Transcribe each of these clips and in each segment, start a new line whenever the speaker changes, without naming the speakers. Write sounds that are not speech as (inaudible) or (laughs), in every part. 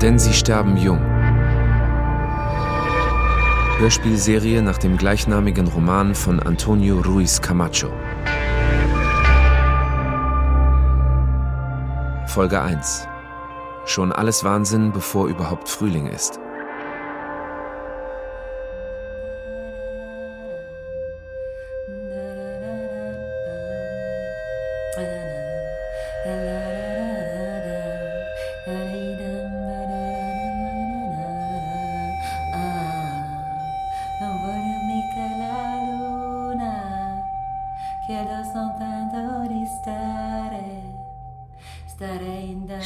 Denn sie sterben jung. Hörspielserie nach dem gleichnamigen Roman von Antonio Ruiz Camacho. Folge 1. Schon alles Wahnsinn, bevor überhaupt Frühling ist.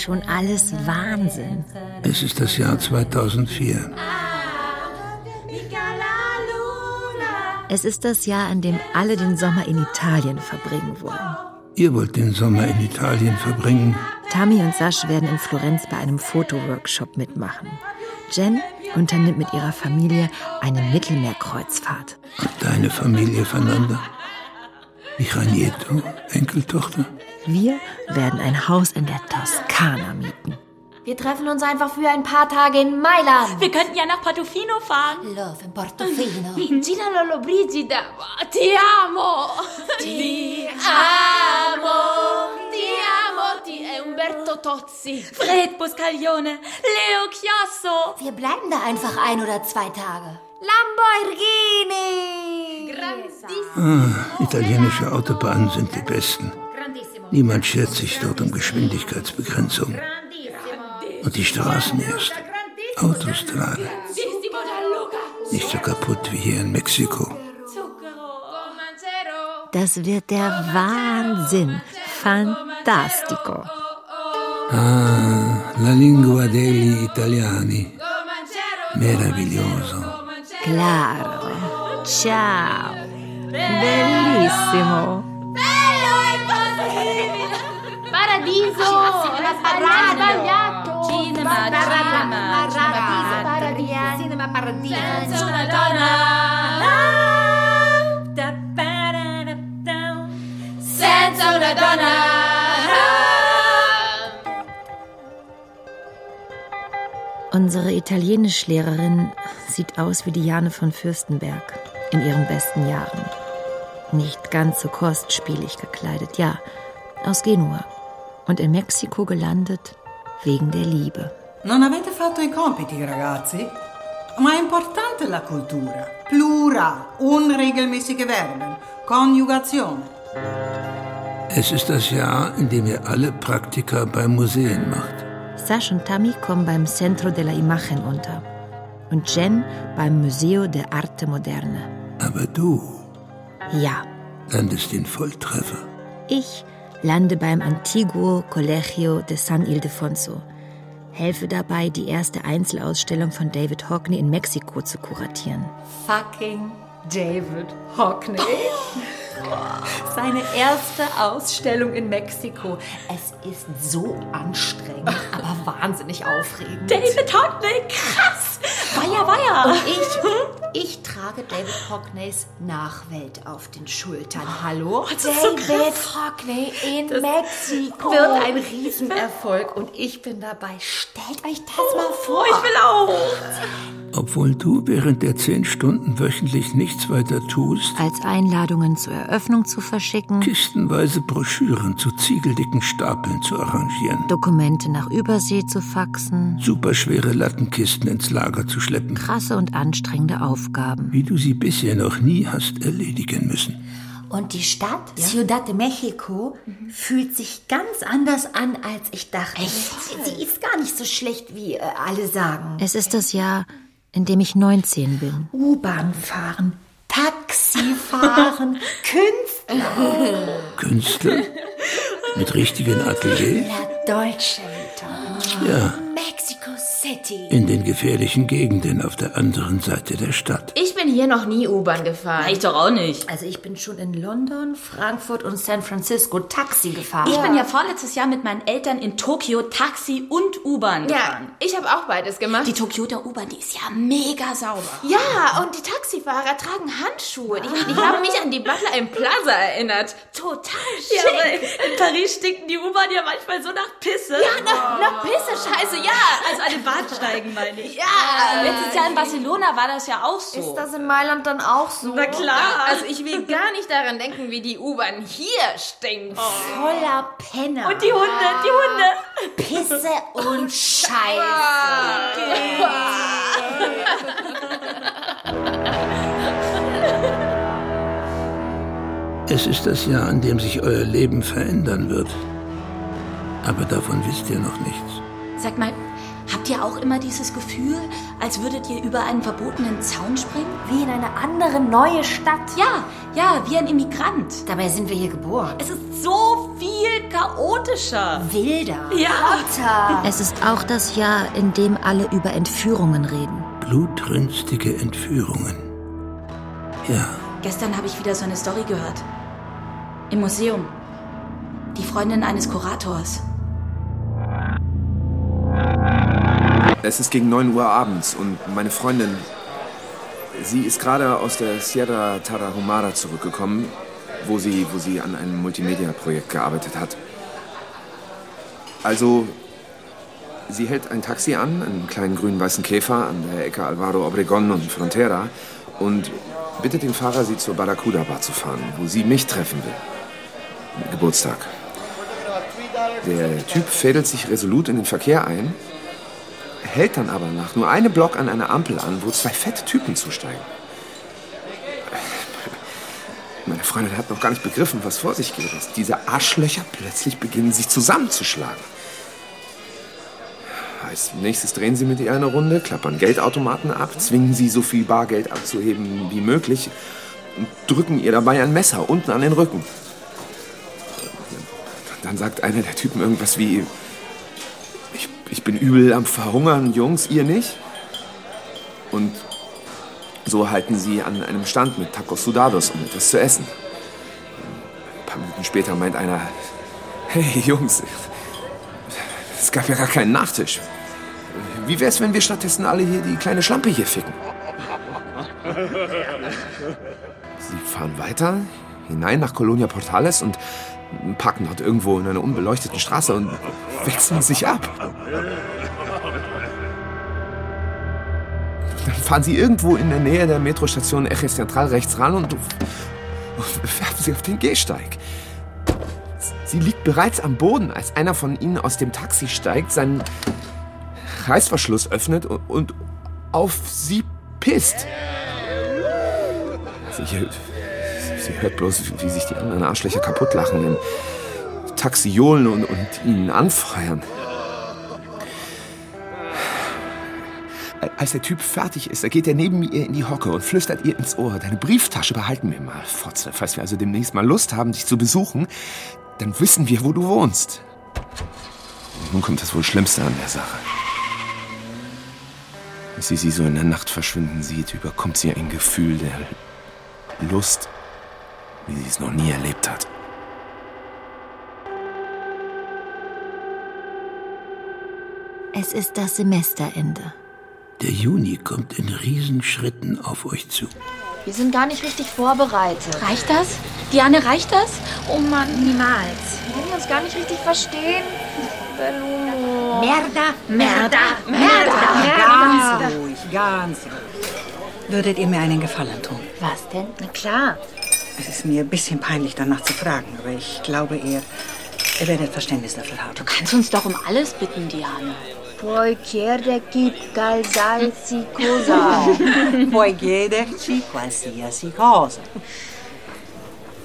Schon alles Wahnsinn.
Es ist das Jahr 2004.
Es ist das Jahr, an dem alle den Sommer in Italien verbringen wollen.
Ihr wollt den Sommer in Italien verbringen?
Tammy und Sasch werden in Florenz bei einem Fotoworkshop mitmachen. Jen unternimmt mit ihrer Familie eine Mittelmeerkreuzfahrt.
Und deine Familie, Fernanda? Mich Nieto, Enkeltochter?
Wir werden ein Haus in der Toskana mieten.
Wir treffen uns einfach für ein paar Tage in Mailand.
Wir könnten ja nach Portofino fahren.
Love in Portofino.
Gina Lollobrigida. Ti amo.
Ti amo.
Ti amo. Ti e Umberto Tozzi. Fred Buscaglione. Leo Chiasso.
Wir bleiben da einfach ein oder zwei Tage. Lamborghini.
Ah, italienische Autobahnen sind die besten. Niemand schert sich dort um Geschwindigkeitsbegrenzung. Und die Straßen erst. Autostrade. Nicht so kaputt wie hier in Mexiko.
Das wird der Wahnsinn. Fantastico.
Ah, la lingua degli italiani. Meraviglioso.
Claro. Ciao. Bellissimo.
Paradiso!
sbagliato.
Cinema, drama,
Paradiso, Paradiso. Cinema
cinema,
Paradiso.
una donna. Da ba-da-da-da. Senza una donna.
Unsere Italienischlehrerin sieht aus wie Diane von Fürstenberg in ihren besten Jahren. Nicht ganz so kostspielig gekleidet, ja, aus Genua. Und in Mexiko gelandet wegen der Liebe.
Non avete fatto i compiti, ragazzi? Ma è importante la cultura. Plural, unregelmäßige Verben, Konjugation.
Es ist das Jahr, in dem ihr alle Praktika bei Museen macht.
Sash und Tammy kommen beim Centro de la Imagen unter und Jen beim Museo de Arte Moderne.
Aber du
Ja,
landest den Volltreffer.
ich lande beim Antiguo Colegio de San Ildefonso, helfe dabei, die erste Einzelausstellung von David Hockney in Mexiko zu kuratieren.
fucking David
(laughs)
Hockney. Seine erste Ausstellung in Mexiko. Es ist so anstrengend,
(laughs)
aber wahnsinnig aufregend.
David Hockney, krass! Weia, weia!
Und ich, ich trage David Hockneys Nachwelt auf den Schultern. Hallo?
David Hockney in Mexiko.
Wird ein Riesenerfolg und ich bin dabei. Stellt euch das mal vor.
Ich will auch!
Obwohl du während der zehn Stunden wöchentlich nichts weiter tust,
Als Einladungen zur Eröffnung zu verschicken,
kistenweise Broschüren zu ziegeldicken Stapeln zu arrangieren,
Dokumente nach Übersee zu faxen,
superschwere Lattenkisten ins Lager zu schleppen,
krasse und anstrengende Aufgaben.
wie du sie bisher noch nie hast erledigen müssen.
Und die Stadt Ciudad de Mexico fühlt sich ganz anders an, als ich dachte. Sie ist gar nicht so schlecht, wie äh, alle sagen.
Es ist das Jahr, in dem ich 19 bin.
U-Bahn fahren, Taxi fahren, Künstler,
Künstler? Mit richtigen Atelier?
Deutsche Eltern,
Ja,
Mexico City.
in den gefährlichen Gegenden auf der anderen Seite der Stadt.
Ich bin
hier noch nie U-Bahn gefahren.
Ich doch auch nicht.
Also ich bin schon in London, Frankfurt und San Francisco Taxi gefahren.
Ich bin ja vorletztes Jahr mit meinen Eltern in Tokio Taxi und U-Bahn
Ja,
gefahren.
ich habe auch beides gemacht.
Die Tokioter U-Bahn, die ist ja mega sauber.
ja, und die Taxifahrer tragen Handschuhe. Die, die
Ah.
haben mich an die Butler im Plaza erinnert. Total schick.
in Paris stinken die U-Bahn ja manchmal so nach Pisse.
Ja, nach, nach Pisse, scheiße, ja.
Also an den Bahnsteigen meine ich.
Ja.
Letztes Jahr in Barcelona war das ja auch so.
Ist das in Mailand dann auch so? Na
klar.
Also ich will gar nicht daran denken, wie die U-Bahn hier stinkt.
Voller Penner.
die Hunde, die Hunde.
Pisse und Scheiße.
Es ist das Jahr, an dem sich euer Leben verändern wird. Aber davon wisst ihr noch nichts.
Sag mal, habt ihr auch immer dieses Gefühl, als würdet ihr über einen verbotenen Zaun springen?
Wie in eine andere neue Stadt.
Ja, ja, wie ein Immigrant.
Dabei sind wir hier geboren.
Es ist so viel chaotischer.
Wilder.
Ja.
Es ist auch das Jahr, in dem alle über Entführungen reden.
Blutrünstige Entführungen. Ja,
Gestern habe ich wieder so eine Story gehört. Im Museum. Die Freundin eines Kurators.
Es ist gegen 9 Uhr abends und meine Freundin, sie ist gerade aus der Sierra Tarahumara zurückgekommen, wo sie, wo sie an einem Multimedia-Projekt gearbeitet hat. Also, sie hält ein Taxi an, einen kleinen grün-weißen Käfer an der Ecke Alvaro Obregón und Frontera und bittet den Fahrer, sie zur Barracuda-Bar zu fahren, wo sie mich treffen will. Geburtstag. Der Typ fädelt sich resolut in den Verkehr ein hält dann aber nach nur einem Block an einer Ampel an, wo zwei fette Typen zusteigen. Meine Freundin hat noch gar nicht begriffen, was vor sich geht. Dass diese Arschlöcher plötzlich beginnen, sich zusammenzuschlagen. Als nächstes drehen sie mit ihr eine Runde, klappern Geldautomaten ab, zwingen sie so viel Bargeld abzuheben wie möglich und drücken ihr dabei ein Messer unten an den Rücken. Dann sagt einer der Typen irgendwas wie, ich, ich bin übel am Verhungern, Jungs, ihr nicht? Und so halten sie an einem Stand mit Tacos Sudados, um etwas zu essen. Ein paar Minuten später meint einer, hey Jungs, es gab ja gar keinen Nachtisch. Wie wär's, wenn wir stattdessen alle hier die kleine Schlampe hier ficken? Sie fahren weiter hinein nach Colonia Portales und parken dort irgendwo in einer unbeleuchteten Straße und wechseln sich ab. Dann fahren sie irgendwo in der Nähe der Metrostation Ejes Central rechts ran und, und werfen sie auf den Gehsteig. Sie liegt bereits am Boden, als einer von ihnen aus dem Taxi steigt, seinen Reißverschluss öffnet und, und auf sie pisst. Sie, sie hört bloß, wie sich die anderen Arschlöcher kaputt lachen, im Taxi johlen und, und ihnen anfeuern. Als der Typ fertig ist, da geht er neben ihr in die Hocke und flüstert ihr ins Ohr. Deine Brieftasche behalten wir mal, Fotze. Falls wir also demnächst mal Lust haben, dich zu besuchen, dann wissen wir, wo du wohnst. Nun kommt das wohl Schlimmste an der Sache. Als sie sie so in der Nacht verschwinden sieht, überkommt sie ein Gefühl der Lust, wie sie es noch nie erlebt hat.
Es ist das Semesterende.
der Juni kommt in Riesenschritten auf euch zu.
Wir sind gar nicht richtig vorbereitet.
Reicht das? Diane, reicht das?
Oh Mann, niemals. Wir können uns gar nicht richtig verstehen. Bellumo.
Merda, Merda, Merda.
Ganz ruhig, ganz ruhig. Würdet ihr mir einen Gefallen tun?
Was denn? Na klar.
Es ist mir ein bisschen peinlich, danach zu fragen, aber ich glaube, ihr, ihr werdet Verständnis dafür haben.
Kannst uns doch um alles bitten, Diane.
Poi chiede chi calzalsi cosa.
Puoi chiederci qualsiasi cosa.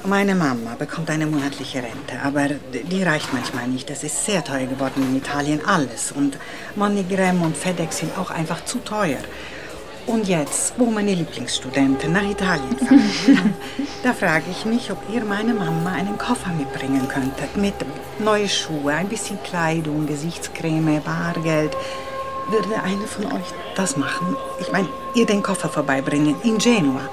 Meine Mama bekommt eine monatliche Rente, aber die reicht manchmal nicht. Es ist sehr teuer geworden in Italien, alles. Und MoneyGram und FedEx sind auch einfach zu teuer. Und jetzt, wo meine Lieblingsstudenten nach Italien fahren, da frage ich mich, ob ihr meine Mama einen Koffer mitbringen könntet. Mit neue Schuhe, ein bisschen Kleidung, Gesichtscreme, Bargeld.
Würde eine von euch das machen? Ich meine, ihr den Koffer vorbeibringen in Genua.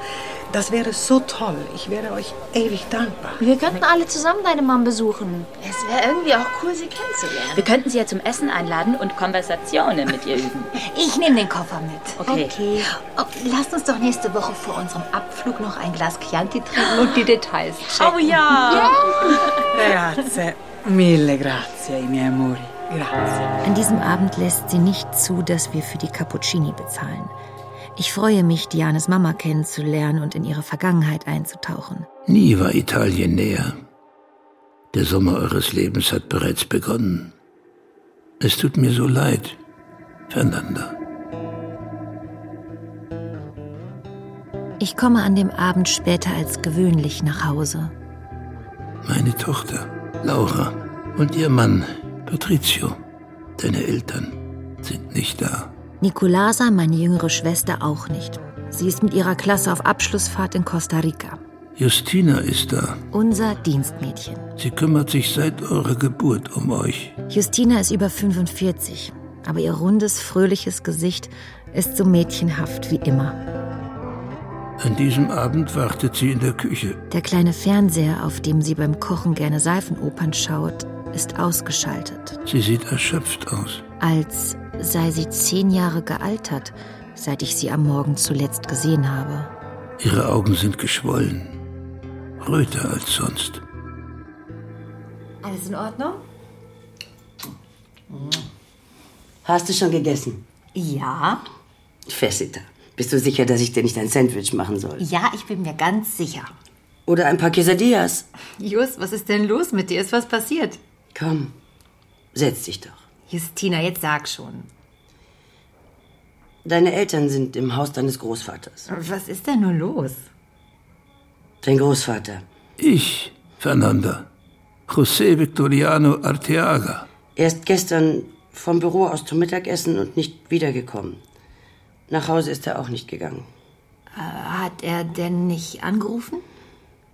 Das wäre so toll. Ich wäre euch ewig dankbar.
Wir könnten alle zusammen deine Mom besuchen. Es wäre irgendwie auch cool, sie kennenzulernen.
Wir könnten sie ja zum Essen einladen und Konversationen mit ihr üben.
Ich nehme den Koffer mit.
Okay.
Oh, lasst uns doch nächste Woche vor unserem Abflug noch ein Glas Chianti trinken und die Details checken.
Oh ja.
Grazie, mille grazie, i miei amori. Grazie.
An diesem Abend lässt sie nicht zu, dass wir für die Cappuccini bezahlen. Ich freue mich, Dianes Mama kennenzulernen und in ihre Vergangenheit einzutauchen.
Nie war Italien näher. Der Sommer eures Lebens hat bereits begonnen. Es tut mir so leid, Fernanda.
Ich komme an dem Abend später als gewöhnlich nach Hause.
Meine Tochter, Laura, und ihr Mann, Patrizio, deine Eltern sind nicht da.
Nicolasa, meine jüngere Schwester, auch nicht. Sie ist mit ihrer Klasse auf Abschlussfahrt in Costa Rica.
Justina ist da.
Unser Dienstmädchen.
Sie kümmert sich seit eurer Geburt um euch.
Justina ist über 45, aber ihr rundes, fröhliches Gesicht ist so mädchenhaft wie immer.
An diesem Abend wartet sie in der Küche.
Der kleine Fernseher, auf dem sie beim Kochen gerne Seifenopern schaut, ist ausgeschaltet.
Sie sieht erschöpft aus.
Als sei sie zehn Jahre gealtert, seit ich sie am Morgen zuletzt gesehen habe.
Ihre Augen sind geschwollen, röter als sonst.
Alles in Ordnung?
Hast du schon gegessen?
Ja.
Fessita, bist du sicher, dass ich dir nicht ein Sandwich machen soll?
Ja, ich bin mir ganz sicher.
Oder ein paar Quesadillas?
Just, was ist denn los mit dir? Ist was passiert?
Komm, setz dich doch.
Justina, jetzt sag schon.
Deine Eltern sind im Haus deines Großvaters.
Was ist denn nur los?
Dein Großvater,
Ich, Fernanda. José Victoriano Arteaga.
er ist gestern vom Büro aus zum Mittagessen und nicht wiedergekommen. Nach Hause ist er auch nicht gegangen.
Hat er denn nicht angerufen?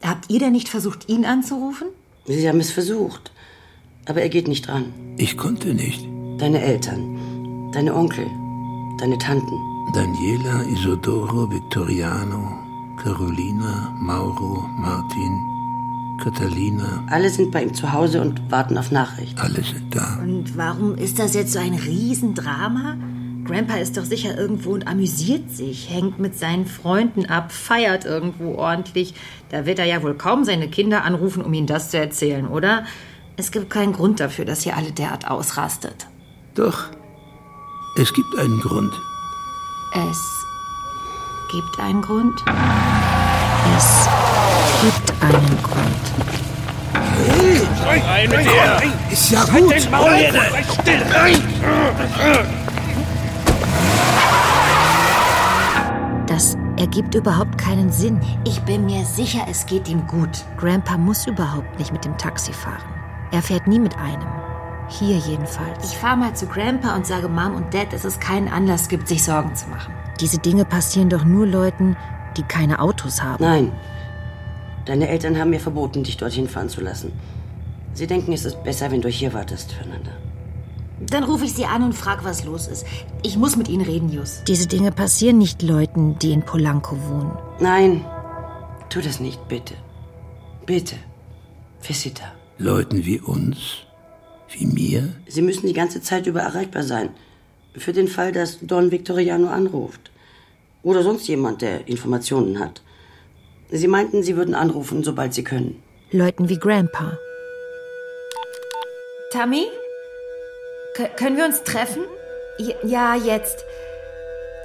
Habt ihr denn nicht versucht, ihn anzurufen?
Sie haben es versucht, aber er geht nicht dran.
Ich konnte nicht.
Deine Eltern, deine Onkel, deine Tanten.
Daniela, Isodoro, Victoriano, Carolina, Mauro, Martin, Catalina,
Alle sind bei ihm zu Hause und warten auf Nachricht.
alle sind da.
Und warum ist das jetzt so ein Riesendrama? Grandpa ist doch sicher irgendwo und amüsiert sich, hängt mit seinen Freunden ab, feiert irgendwo ordentlich. Da wird er ja wohl kaum seine Kinder anrufen, um ihnen das zu erzählen, oder? Es gibt keinen Grund dafür, dass hier alle derart ausrastet.
Doch, es gibt einen Grund.
Es gibt einen Grund. Es gibt einen Grund.
Ist ja gut.
Das ergibt überhaupt keinen Sinn.
Ich bin mir sicher, es geht ihm gut.
Grandpa muss überhaupt nicht mit dem Taxi fahren. Er fährt nie mit einem. Hier jedenfalls.
Ich fahre mal zu Grandpa und sage Mom und Dad, dass es keinen Anlass gibt, sich Sorgen zu machen.
Diese Dinge passieren doch nur Leuten, die keine Autos haben.
Nein, deine Eltern haben mir verboten, dich dorthin fahren zu lassen. Sie denken, es ist besser, wenn du hier wartest, Fernanda.
Dann rufe ich sie an und frage, was los ist. Ich muss mit ihnen reden, Jus.
Diese Dinge passieren nicht Leuten, die in Polanco wohnen.
Nein, tu das nicht, bitte. Bitte. Visita.
Leuten wie uns, wie mir,
Sie müssen die ganze Zeit über erreichbar sein. Für den Fall, dass Don Victoriano anruft. Oder sonst jemand, der Informationen hat. Sie meinten, Sie würden anrufen, sobald Sie können.
Leuten wie Grandpa.
Tammy? Kö- können wir uns treffen? J- Ja, jetzt.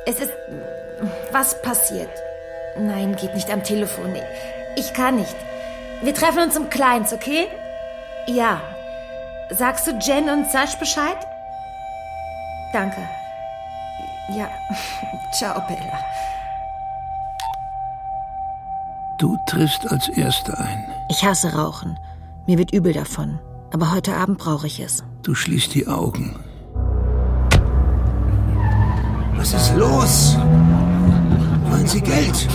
Es ist. Was passiert? Nein, geht nicht am Telefon. Ich kann nicht. Wir treffen uns im Kleins, okay? Ja. Sagst du Jen und Sash Bescheid? Danke. Ja. (laughs) Ciao, Bella.
du triffst als Erste ein.
Ich hasse Rauchen. Mir wird übel davon. Aber heute Abend brauche ich es.
Du schließt die Augen.
Was ist los? Wollen Sie Geld?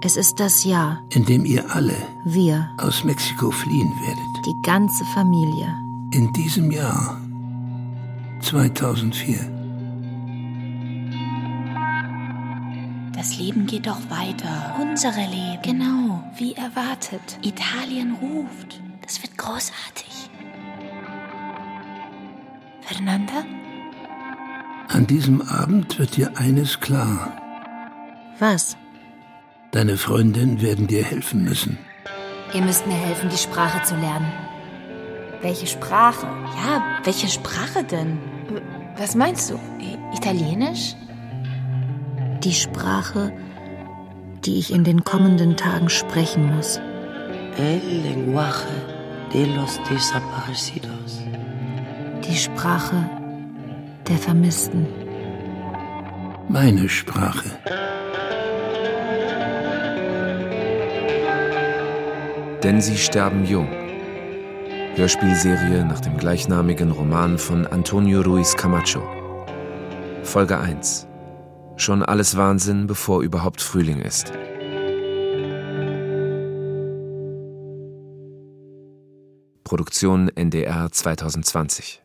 Es ist das Jahr.
in dem ihr alle
Wir,
aus Mexiko fliehen werdet.
die ganze Familie.
In diesem Jahr 2004.
Das Leben geht doch weiter.
Unsere Leben.
Genau, wie erwartet. Italien ruft.
Das wird großartig. Fernanda?
An diesem Abend wird dir eines klar.
Was?
Deine Freundinnen werden dir helfen müssen.
Ihr müsst mir helfen, die Sprache zu lernen. Welche Sprache?
Ja, welche Sprache denn?
Was meinst du? I- Italienisch?
Die Sprache, die ich in den kommenden Tagen sprechen muss.
El lenguaje de los desaparecidos.
Die Sprache der Vermissten.
Meine Sprache.
Denn sie sterben jung. Hörspielserie nach dem gleichnamigen Roman von Antonio Ruiz Camacho. Folge 1. Schon alles Wahnsinn, bevor überhaupt Frühling ist. Produktion NDR 2020